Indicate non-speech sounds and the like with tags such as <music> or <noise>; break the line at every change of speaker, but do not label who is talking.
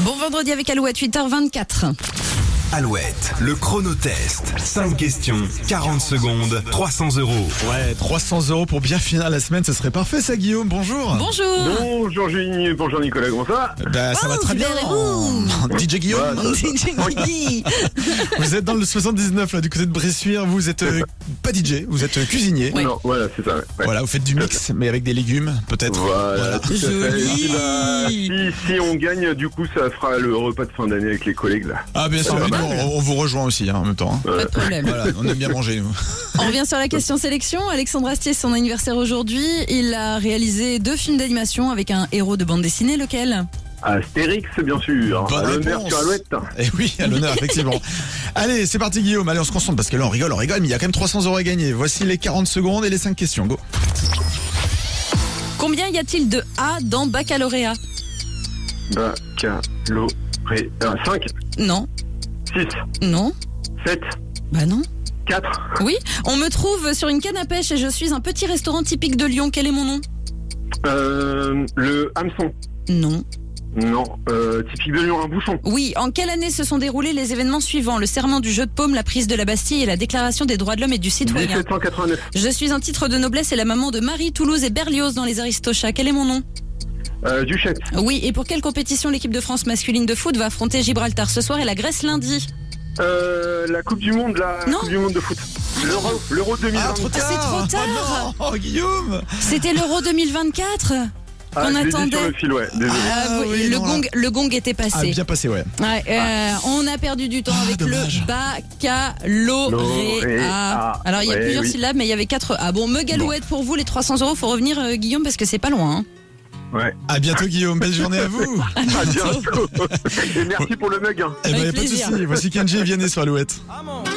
Bon vendredi avec Alouette, 8h24.
Alouette, le chronotest. 5 questions, 40 secondes, 300 euros.
Ouais, 300 euros pour bien finir la semaine, ce serait parfait ça Guillaume, bonjour
Bonjour.
Bonjour Julien, bonjour Nicolas, comment ça va
Bah ça va
Oh,
très bien Oh,
super, et vous
DJ Guillaume,
<laughs>
Ouais,
DJ Guigui.
vous êtes dans le 79 là du côté de Bressuire, vous êtes euh, pas DJ, vous êtes euh, cuisinier.
Ouais.
Non, voilà, c'est ça. ouais. Ouais.
Voilà, vous faites du mix mais avec des légumes peut-être.
Voilà,
Voilà.
tout à fait.
Joli.
Et bah, si, si on gagne, du coup, ça fera le repas de fin d'année avec les collègues là.
Ah bien sûr,
Ouais,
mais
pas
nous,
mal.
on, on vous rejoint aussi hein, en même temps. hein.
Pas de problème.
Voilà, on aime bien manger nous. <laughs>
On revient sur la question sélection. Alexandre Astier, son anniversaire aujourd'hui. Il a réalisé deux films d'animation avec un héros de bande dessinée. Lequel
Astérix, bien sûr.
Bonne
À l'honneur
réponse.
sur Alouette.
Et Eh oui, à l'honneur effectivement. Allez, c'est parti Guillaume, allez on se concentre parce que là on rigole, on rigole, mais il y a quand même 300 euros à gagner. Voici les 40 secondes et les 5 questions, go.
Combien y a-t-il de A dans baccalauréat
Baccalauréat. 5,
Non,
6,
non,
7,
bah non.
4.
Oui, on me trouve sur une canne à pêche et je suis un petit restaurant typique de Lyon. Quel est mon nom
Euh, le hameçon.
Non.
Non, euh, typique de Lyon, un bouchon.
Oui, en quelle année se sont déroulés les événements suivants Le serment du jeu de paume, la prise de la Bastille et la déclaration des droits de l'homme et du citoyen.
1789.
Je suis un titre de noblesse et la maman de Marie, Toulouse et Berlioz dans les Aristochats. Quel est mon nom
Euh, Duchette.
Oui, et pour quelle compétition l'équipe de France masculine de foot va affronter Gibraltar ce soir et la Grèce lundi
Euh, la Coupe du Monde, la
Non.
Coupe du Monde de foot. L'Euro, l'Euro 2020.
Ah, c'est trop tard.
Oh, non, oh, Guillaume
C'était l'Euro 2024
Ah,
qu'on
je l'ai dit sur
attendait.
le fil, ouais, désolé.
Ah,
oui,
le,
non,
gong,
là.
le gong était
Ah,
passé.
bien passé, ouais.
Ouais, euh, on a perdu du temps
Ah,
avec
dommage.
le baccalauréat.
Lauréat.
Alors il y a
Ouais,
plusieurs
oui.
syllabes, mais il y avait quatre E A. Bon, me galouette pour vous les 300 euros. Faut revenir euh, Guillaume parce que c'est pas loin. hein.
Ouais.
À bientôt, Guillaume. Belle journée à vous.
À bientôt. Ah, Et merci pour le mug. hein.
Eh ben,
Avec
y a pas de
plaisir.
souci. Voici Kenji et Vianney sur Alouette.
I'm on